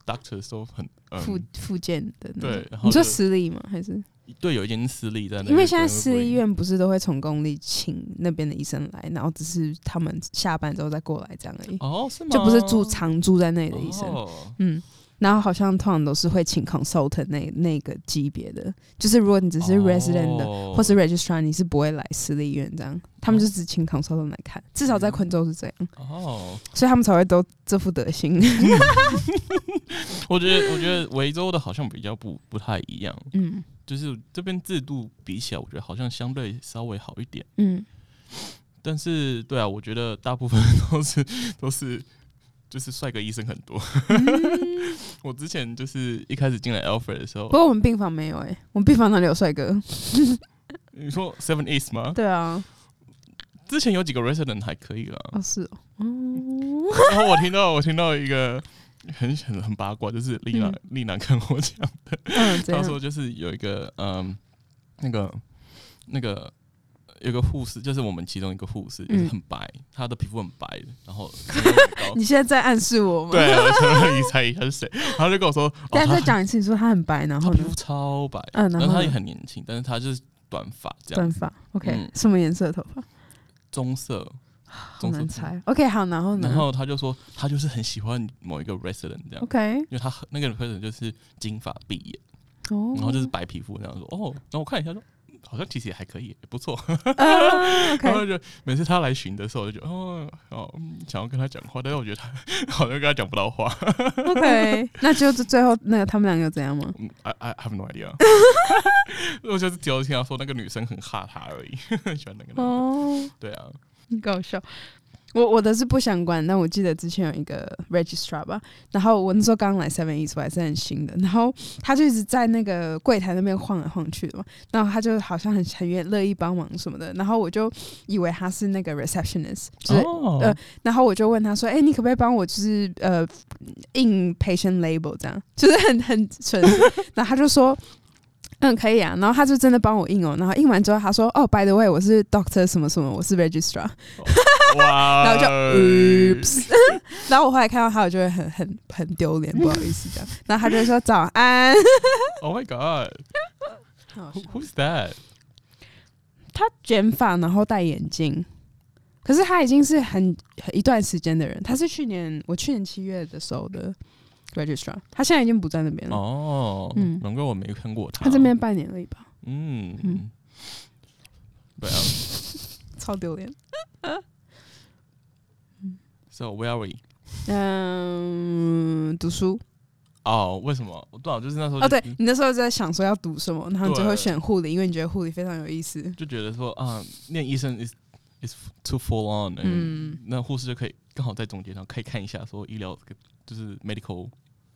Speaker 2: doctors 都很
Speaker 1: 复
Speaker 2: 嗯，
Speaker 1: 复健的那种
Speaker 2: 对然后
Speaker 1: 你说
Speaker 2: 就
Speaker 1: 私立吗？还是
Speaker 2: 对，有一间私立在那边，
Speaker 1: 因为现在私立医院不是都会从公立请那边的医生来，然后只是他们下班之后再过来这样而已。
Speaker 2: 哦，是吗？
Speaker 1: 就不是住常住在那里的医生。
Speaker 2: 哦
Speaker 1: 嗯，然后好像通常都是会请 consultant 那那个级别的，就是如果你只是 resident 的、
Speaker 2: 哦
Speaker 1: 或是 registrar，你是不会来私立医院这样，他们就只请 consultant 来看，至
Speaker 2: 嗯
Speaker 1: 少在昆州是这样，
Speaker 2: 哦，
Speaker 1: 所以他们才会都这副德行。
Speaker 2: 我觉得我觉得维州的好像比较不不太一样，
Speaker 1: 嗯
Speaker 2: 就是这边制度比起来，我觉得好像相对稍微好一点。
Speaker 1: 嗯，
Speaker 2: 但是对啊，我觉得大部分 都是都是就是帅哥医生很多。 我之前就是一开始进来 Alfred 的时候
Speaker 1: 不，过我们病房没有哎、我们病房哪里有帅哥？
Speaker 2: 你说 Seven East 吗？
Speaker 1: 对啊，
Speaker 2: 之前有几个 resident 还可以啦。
Speaker 1: 哦是哦，哦，
Speaker 2: 然后我听到我听到一个很很很八卦，就是丽娜
Speaker 1: 嗯
Speaker 2: 丽娜跟我讲，
Speaker 1: 嗯，怎
Speaker 2: 她
Speaker 1: 样？
Speaker 2: 说就是有一个嗯那个那个。有个护士，就是我们其中一个护士，就是
Speaker 1: 嗯
Speaker 2: 很白，她的皮肤很白，然后很 高
Speaker 1: 你现在在暗示我吗？，
Speaker 2: 对，我想让你猜一下是谁。他就跟我说，哦，
Speaker 1: 大家
Speaker 2: 他
Speaker 1: 再讲一次，你说他很白，然
Speaker 2: 他
Speaker 1: 后
Speaker 2: 皮
Speaker 1: 呢
Speaker 2: 肤？超白，
Speaker 1: 嗯，
Speaker 2: 然
Speaker 1: 然
Speaker 2: 后
Speaker 1: 后
Speaker 2: 他也
Speaker 1: 呢
Speaker 2: 很年轻，但是他就是短发这样，
Speaker 1: 短发，OK，、
Speaker 2: 嗯
Speaker 1: 什么颜色的头发？
Speaker 2: 棕色。
Speaker 1: 好
Speaker 2: 棕色
Speaker 1: 难
Speaker 2: 头
Speaker 1: 猜。OK，好，然后呢？
Speaker 2: 然后他就说，他就是很喜欢某一个 resident 这样。
Speaker 1: OK，
Speaker 2: 因为他很那个 resident 就是金发碧眼，
Speaker 1: 哦，
Speaker 2: 然后就是白皮肤，这样说哦，然后我看一下说，嗯好像其实也还可以，也不错。
Speaker 1: 啊
Speaker 2: 然后
Speaker 1: ，OK，
Speaker 2: 就每次他来巡的时候，我就觉得哦哦，嗯想要跟他讲话，但是我觉得他 好像跟他讲不到话。
Speaker 1: OK，那就是最后那个他们两个有怎样 吗？
Speaker 2: 嗯，I I have no idea。我就是只有听他说那个女生很哈他而已， 很喜欢那个男的。
Speaker 1: 哦，
Speaker 2: 对啊，
Speaker 1: 很搞笑。我我的是不相关，但我记得之前有一个 registrar 吧，然后我那时候刚来 Seven East，我还是很新的，然后他就一直在那个柜台那边晃来晃去的嘛，然后他就好像很很愿乐意帮忙什么的，然后我就以为他是那个 receptionist，就是
Speaker 2: 哦
Speaker 1: 呃然后我就问他说：“哎、你可不可以帮我就是呃印 patient label 这样，就是很很蠢。” 然后他就说。嗯，可以啊。然后他就真的帮我印哦。然后印完之后，他说：“哦，by the way，我是 doctor 什么什么，我是 registrar。
Speaker 2: 哇，
Speaker 1: 然后就呃 oops ” 然后我后来看到他，我就会很很很丢 脸，不好意思这样。然后他就会说：“早安。
Speaker 2: ，Oh my God，Who's that？
Speaker 1: 他卷发，然后戴眼镜，可是他已经是很很一段时间的人。他是去年我去年七月的时候的 registrar，他现在已经不在那边了。
Speaker 2: 哦，
Speaker 1: 嗯
Speaker 2: 难怪我没看过他。
Speaker 1: 他这，边半年而已吧，
Speaker 2: 嗯
Speaker 1: 嗯
Speaker 2: 嗯，对啊。
Speaker 1: 超丢脸。
Speaker 2: So where are we？
Speaker 1: 嗯，读书
Speaker 2: 哦，为什么？我多少就是那时候
Speaker 1: 哦，
Speaker 2: 就
Speaker 1: 对你那时候在想说要读什么，然后你最后
Speaker 2: 对
Speaker 1: 选护理，因为你觉得护理非常有意思。
Speaker 2: 就觉得说啊，念医生 is is too full on，
Speaker 1: 嗯
Speaker 2: 嗯，那护士就可以刚好在中间，然后可以看一下说医疗就是 medical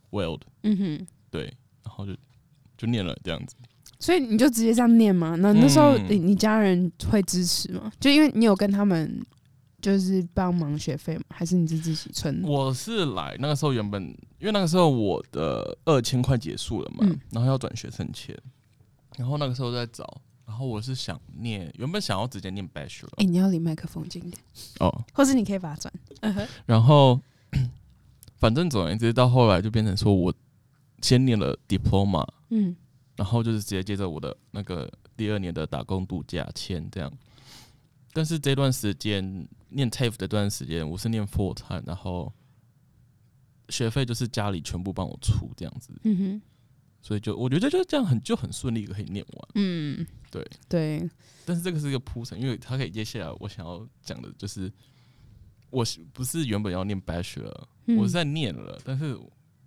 Speaker 2: world，
Speaker 1: 嗯哼，
Speaker 2: 对，然后就就念了这样子。
Speaker 1: 所以你就直接这样念吗？那那时候
Speaker 2: 嗯
Speaker 1: 你你家人会支持吗？就因为你有跟他们就是帮忙学费吗？还是你是自己存？
Speaker 2: 我是来那个时候原本，因为那个时候我的二千块结束了嘛，
Speaker 1: 嗯
Speaker 2: 然后要转学生签，然后那个时候在找，然后我是想念，原本想要直接念 bachelor
Speaker 1: 哎、你要离麦克风近一点，
Speaker 2: 哦，
Speaker 1: 或是你可以把它转。嗯哼
Speaker 2: 然后 反正总而言之，到后来就变成说我先念了 diploma，
Speaker 1: 嗯
Speaker 2: 然后就是直接接着我的那个第二年的打工度假签这样。但是这段时间念 TAFE 的这段时间，我是念 full time，然后学费就是家里全部帮我出这样子，
Speaker 1: 嗯哼
Speaker 2: 所以就我觉得就这样很就很顺利可以念完。
Speaker 1: 嗯，
Speaker 2: 对
Speaker 1: 对，
Speaker 2: 但是这个是一个铺陈，因为它可以接下来我想要讲的就是，我是不是原本要念 bachelor，、
Speaker 1: 嗯
Speaker 2: 我是在念了，但是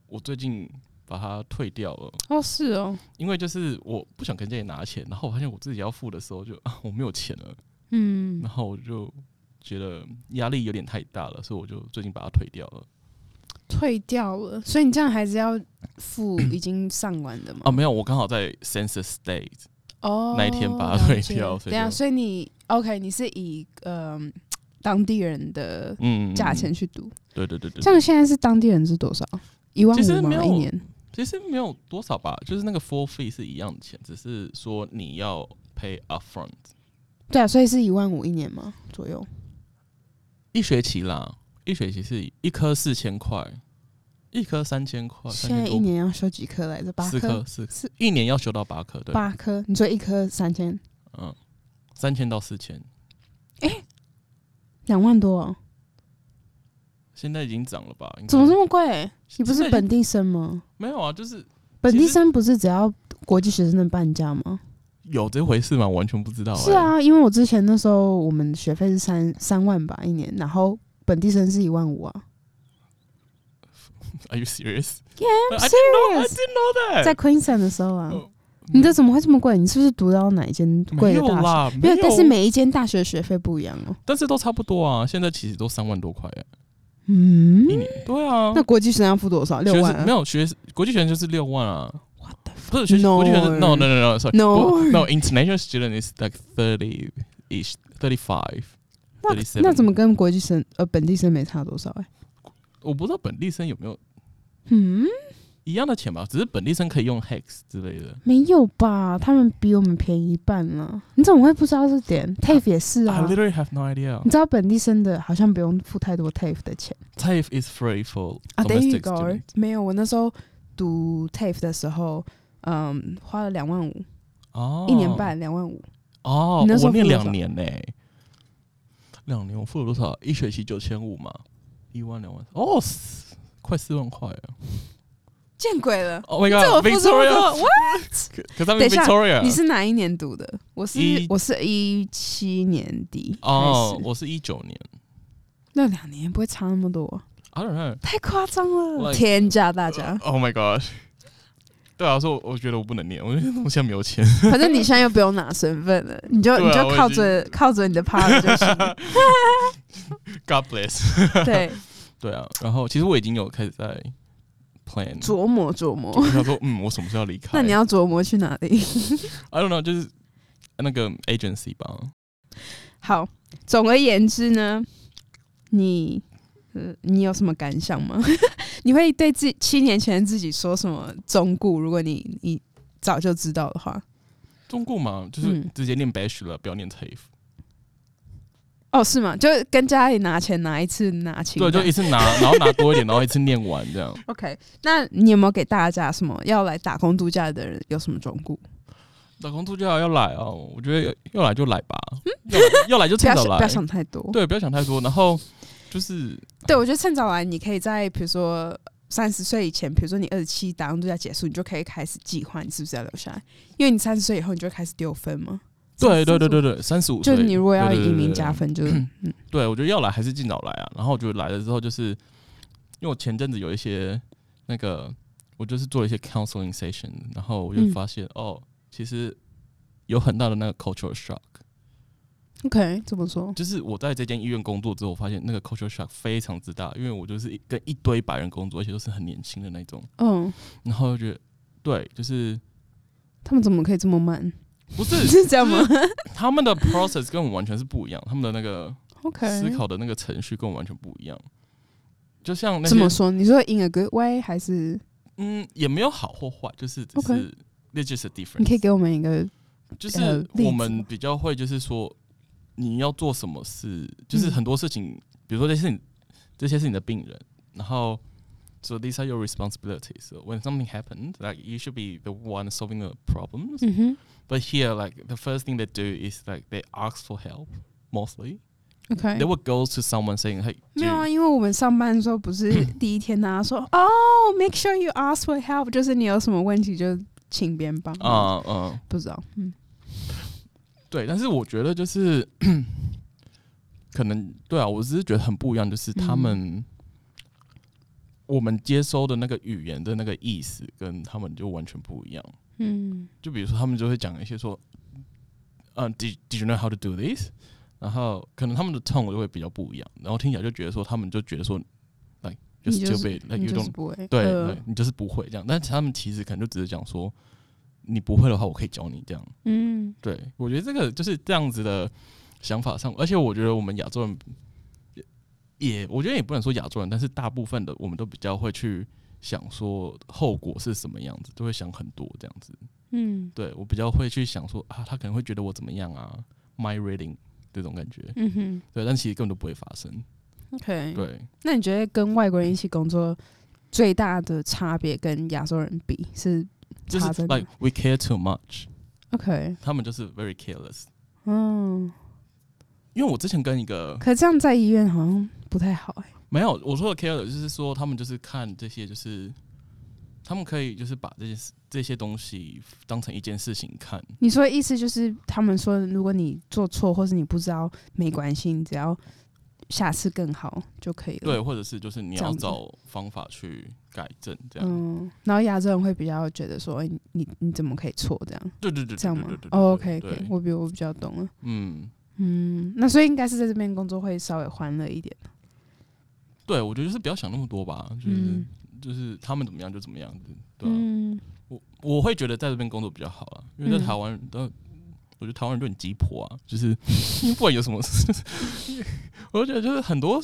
Speaker 2: 我最近把它退掉了。
Speaker 1: 哦是哦，
Speaker 2: 因为就是我不想跟家里拿钱，然后我发现我自己要付的时候就啊我没有钱了，
Speaker 1: 嗯
Speaker 2: 然后我就觉得压力有点太大了，所以我就最近把它退掉了。
Speaker 1: 退掉了，所以你这样还是要付已经上完的吗？
Speaker 2: 啊，没有，我刚好在 Census Day，
Speaker 1: 哦，
Speaker 2: 那一天把它退
Speaker 1: 了解
Speaker 2: 掉所以
Speaker 1: 对啊，
Speaker 2: 就
Speaker 1: 所以你 OK，你是以嗯、当地人的
Speaker 2: 嗯，
Speaker 1: 价钱
Speaker 2: 嗯，
Speaker 1: 去读，
Speaker 2: 对对对对，
Speaker 1: 像现在是当地人是多少？一万
Speaker 2: 其实
Speaker 1: 五
Speaker 2: 没
Speaker 1: 吗？
Speaker 2: 有
Speaker 1: 一年？
Speaker 2: 其实没有多少吧，就是那个 full fee 是一样的钱，只是说你要 pay upfront
Speaker 1: 对啊，所以是一万五一年吗？左右？
Speaker 2: 一学期啦，一学期是一科四千块，一科三千块，
Speaker 1: 现
Speaker 2: 三
Speaker 1: 在
Speaker 2: 千
Speaker 1: 一
Speaker 2: 多
Speaker 1: 年要修几科来着？八
Speaker 2: 四科
Speaker 1: 科？
Speaker 2: 四科
Speaker 1: 四
Speaker 2: 一年要修到八科，对，
Speaker 1: 八科？你说一科三千，
Speaker 2: 嗯，三千到四千，
Speaker 1: 两万多、哦，
Speaker 2: 现在已经涨了吧？应该
Speaker 1: 怎么这么贵？你不
Speaker 2: 嗯现在
Speaker 1: 是
Speaker 2: 已经
Speaker 1: 本地生吗？
Speaker 2: 没有啊？就是
Speaker 1: 本地生不是只要国际学生的半价吗？
Speaker 2: 有这回事吗？我完全不知道、欸。
Speaker 1: 是，啊，因为我之前那时候我们学费是三三万吧一年，然后本地生是一万五啊。
Speaker 2: ，Are you serious？
Speaker 1: Yeah,
Speaker 2: I
Speaker 1: I'm
Speaker 2: didn't know. I
Speaker 1: serious.
Speaker 2: didn't know that.
Speaker 1: 在 Queensland 的时候啊，
Speaker 2: 哦
Speaker 1: 你的怎么会这么贵？你是不是读到哪一间贵
Speaker 2: 没
Speaker 1: 的
Speaker 2: 有
Speaker 1: 大学？
Speaker 2: 啦，
Speaker 1: 没
Speaker 2: 有，
Speaker 1: 但是每一间大学学费不一样哦。
Speaker 2: 但是都差不多啊。现在其实都三万多块、欸，
Speaker 1: 嗯
Speaker 2: 一，年。对啊，
Speaker 1: 那国际生要付多少？六
Speaker 2: 学
Speaker 1: 万、
Speaker 2: 生没
Speaker 1: 啊？
Speaker 2: 有学国际学生就是六万啊。
Speaker 1: What the fuck？
Speaker 2: 不是学生
Speaker 1: No
Speaker 2: 国际学生，no no no no sorry
Speaker 1: No
Speaker 2: 国 no international student is like thirty ish thirty five。
Speaker 1: 那
Speaker 2: 37
Speaker 1: 那怎么跟国际生呃本地生没差多少、欸？哎，
Speaker 2: 我不知道本地生有没有
Speaker 1: 嗯，
Speaker 2: 一样的钱吧，只是本地生可以用 hex 之类的。
Speaker 1: 没有吧？他们比我们便宜一半了。你怎么会不知道这点？TAFE 也是
Speaker 2: I
Speaker 1: 啊。
Speaker 2: literally have no idea.
Speaker 1: 你知道本地生的好像不用付太多 TAFE 的钱
Speaker 2: TAFE is free for
Speaker 1: 啊。等于
Speaker 2: domestic
Speaker 1: 高
Speaker 2: students.
Speaker 1: 没有，我那时候读 TAFE 的时候，嗯，花了两万五，
Speaker 2: 哦，
Speaker 1: 一年半两万五。
Speaker 2: 哦
Speaker 1: 你那，时候
Speaker 2: 我念
Speaker 1: 付多少
Speaker 2: 两年呢、两年我付了多少？一学期九千五嘛，一万两万哦，四快四万块啊
Speaker 1: 见鬼了！
Speaker 2: ！Oh my
Speaker 1: 这我
Speaker 2: god,
Speaker 1: 付出么
Speaker 2: Victoria，
Speaker 1: 多，哇！
Speaker 2: 可是他
Speaker 1: 等
Speaker 2: 们
Speaker 1: 一下
Speaker 2: Victoria，
Speaker 1: 你是哪一年读的？我是
Speaker 2: 一
Speaker 1: 我是一七年底
Speaker 2: 哦
Speaker 1: 开，始
Speaker 2: 我是一九年
Speaker 1: 那两年不会差那么多，
Speaker 2: ，I don't know，
Speaker 1: 太夸张了，
Speaker 2: Like-。
Speaker 1: 天价大家
Speaker 2: Oh my god，对啊，所以我我觉得我不能念，我觉得我现在没 有钱。
Speaker 1: 反正你现在又不用拿身份了，你就
Speaker 2: 呃对啊
Speaker 1: 你就靠
Speaker 2: 我
Speaker 1: 着靠着你的 power 就 行。
Speaker 2: God bless。
Speaker 1: 对，
Speaker 2: 对啊，然后其实我已经有开始在 plan，
Speaker 1: 琢磨琢磨。
Speaker 2: 我想说，嗯，我什么时候要离开？
Speaker 1: 那你要琢磨去哪里？
Speaker 2: I don't know，就是那个 agency 吧。
Speaker 1: 好，总而言之呢，你呃，你有什么感想吗？ 你会对自己七年前的自己说什么忠告？如果你你早就知道的话，
Speaker 2: 中顾嘛，就是
Speaker 1: 嗯
Speaker 2: 直接念 bachelor，不要念 TAFE。
Speaker 1: 哦，是吗？就跟家里拿钱拿一次拿清
Speaker 2: 对，
Speaker 1: 单。
Speaker 2: 就一次 拿，然后拿多一点，然后一次念完这样。
Speaker 1: OK。那你有没有给大家什么要来打工度假的人有什么忠告？
Speaker 2: 打工度假要来哦，我觉得要来就来吧，要来要来
Speaker 1: 嗯
Speaker 2: 就
Speaker 1: 不
Speaker 2: 趁
Speaker 1: 要
Speaker 2: 早
Speaker 1: 想
Speaker 2: 来
Speaker 1: 不要，想太多。
Speaker 2: 对，不要想太多。然后就是
Speaker 1: 对，我觉得趁早来，你可以在比如说三十岁以前，比如说你二十七打工度假结束，你就可以开始计划你是不是要留下来，因为你三十岁以后你就会开始丢分嘛。
Speaker 2: 对对对
Speaker 1: 35，
Speaker 2: 对对，三十五岁，
Speaker 1: 就是你如果要
Speaker 2: 对对
Speaker 1: 移
Speaker 2: 对对
Speaker 1: 民
Speaker 2: 对
Speaker 1: 加分，就是 嗯
Speaker 2: 对，我觉得要来还是尽早来啊。然后我觉得来了之后，就是因为我前阵子有一些那个，我就是做了一些 counseling session，然后我就
Speaker 1: 嗯
Speaker 2: 发现、哦，其实有很大的那个 cultural shock，
Speaker 1: ，OK，怎么说？
Speaker 2: 就是我在这间医院工作之后，我发现那个 cultural shock 非常之大，因为我就是一跟一堆白人工作，而且都是很年轻的那种，
Speaker 1: 嗯，
Speaker 2: 然后就觉得对，就是
Speaker 1: 他们怎么可以 这么慢？
Speaker 2: 不是
Speaker 1: 是这样吗？
Speaker 2: 他们的 process 跟我们完全是不一样，他们的那个
Speaker 1: OK，
Speaker 2: 思考的那个程序跟我完全不一样。就像那
Speaker 1: 怎么
Speaker 2: 些，
Speaker 1: 说？你说 in a good way 还是
Speaker 2: 嗯，也没有好或坏，就是只
Speaker 1: OK
Speaker 2: 是 it's just a difference。
Speaker 1: 你可以给我们一个呃
Speaker 2: 就是
Speaker 1: 例
Speaker 2: 我
Speaker 1: 子
Speaker 2: 们比较会，就是说你要做什么事，就是
Speaker 1: 嗯
Speaker 2: 很多事情，比如说这是你这些是你的病人，然后 so these are your responsibilities. So when something happened, like you should be the one solving the problems.
Speaker 1: 嗯哼
Speaker 2: But here, like the first thing they do is like they ask for help. Mostly,
Speaker 1: OK
Speaker 2: they would go to someone saying, "Hey,
Speaker 1: 没
Speaker 2: do
Speaker 1: 有啊，因为我们上班的时候不是
Speaker 2: 嗯
Speaker 1: 第一天大家说哦、m a k e sure you ask for help，就是你有什么问题就请别人帮忙。
Speaker 2: 啊嗯，
Speaker 1: 不知道，嗯
Speaker 2: 对，但是我觉得就是可能对啊，我只是觉得很不一样，就是
Speaker 1: 嗯
Speaker 2: 他们、我们接收的那个语言的那个意思跟他们就完全不一样。
Speaker 1: 嗯
Speaker 2: 就比如说，他们就会讲一些说，嗯、d i d you know how to do this？然后可能他们的 tone 就会比较不一样，然后听起来就觉得说，他们就觉得说，like
Speaker 1: 你
Speaker 2: just
Speaker 1: 就
Speaker 2: stupid，
Speaker 1: 是
Speaker 2: like
Speaker 1: 你
Speaker 2: you
Speaker 1: 就
Speaker 2: don't
Speaker 1: 是不会，
Speaker 2: 对，
Speaker 1: 呃
Speaker 2: 对你就是不会这样。但是他们其实可能就只是讲说，你不会的话，我可以教你这样。
Speaker 1: 嗯，
Speaker 2: 对，我觉得这个就是这样子的想法上，而且我觉得我们亚洲人也也，我觉得也不能说亚洲人，但是大部分的我们都比较会去想说后果是什么样子，都会想很多这样子。
Speaker 1: 嗯
Speaker 2: 对我比较会去想说啊，他可能会觉得我怎么样啊，my reading 这种感觉，
Speaker 1: 嗯哼
Speaker 2: 对，但其实根本都不会发生。
Speaker 1: ，OK。
Speaker 2: 对，
Speaker 1: 那你觉得跟外国人一起工作最大的差别跟亚洲人比是
Speaker 2: 就
Speaker 1: 差
Speaker 2: 是
Speaker 1: 在哪
Speaker 2: like we care too much，
Speaker 1: OK？
Speaker 2: 他们就是 very careless。
Speaker 1: 嗯，
Speaker 2: 因为我之前跟一个
Speaker 1: 可这样在医院好像不太好哎、
Speaker 2: 没有，我说的 care 就是说他们就是看这些，就是他们可以就是把这些事这些东西当成一件事情看，
Speaker 1: 你说的意思就是他们说，如果你做错或是你不知道，没关系，你只要下次更好就可以了。
Speaker 2: 对，，或者是就是你
Speaker 1: 这
Speaker 2: 要
Speaker 1: 样子
Speaker 2: 找方法去改正，这样，
Speaker 1: 嗯，然后亚洲人会比较觉得说，哎、你你你怎么可以错这样？
Speaker 2: 对对对，对
Speaker 1: 这样
Speaker 2: 对
Speaker 1: 吗
Speaker 2: 对对对
Speaker 1: 哦，OK，OK，、
Speaker 2: 对
Speaker 1: OK，我比我比较懂了。
Speaker 2: 嗯，
Speaker 1: 嗯，那所以应该是在这边工作会稍微欢乐一点。
Speaker 2: 对，我觉得就是不要想那么多吧，就是、
Speaker 1: 嗯
Speaker 2: 就是他们怎么样就怎么样，对、啊
Speaker 1: 嗯，
Speaker 2: 我我会觉得在这边工作比较好啦，因为在
Speaker 1: 嗯
Speaker 2: 台湾的。我觉得台湾人都很鸡婆啊，就是 不管有什么 事，我就觉得就是很多，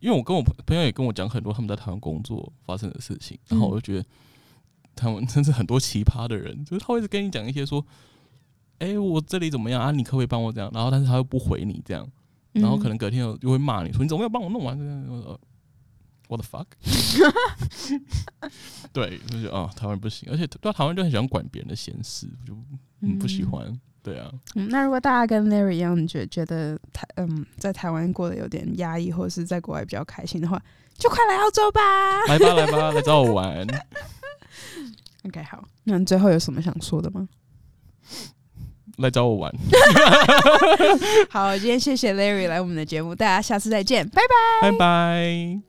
Speaker 2: 因为我跟我朋朋友也跟我讲很多他们在台湾工作发生的事情，然后
Speaker 1: 嗯
Speaker 2: 我就觉得他们真是很多奇葩的人，就是他会一直跟你讲一些说，哎、我这里怎么样啊？你可不可以帮我这样？然后但是他又不回你这样，
Speaker 1: 嗯
Speaker 2: 然后可能隔天又又会骂你说你怎么没有帮我弄完？这样我说呃 What the fuck？对，就是啊，台湾不行，而且对啊台湾就很喜欢管别人的闲事，我就嗯不喜
Speaker 1: 嗯
Speaker 2: 欢。对啊，
Speaker 1: 嗯，那如果大家跟 Larry 一样，你觉觉得台嗯在台湾过得有点压抑，或者是在国外比较开心的话，就快来澳洲吧。
Speaker 2: 来吧来吧，来找我玩。
Speaker 1: OK，好，那你最后有什么想说的吗？
Speaker 2: 来找我玩，
Speaker 1: 好，今天谢谢 Larry 来我们的节目，大家下次再见，拜拜。
Speaker 2: 拜拜。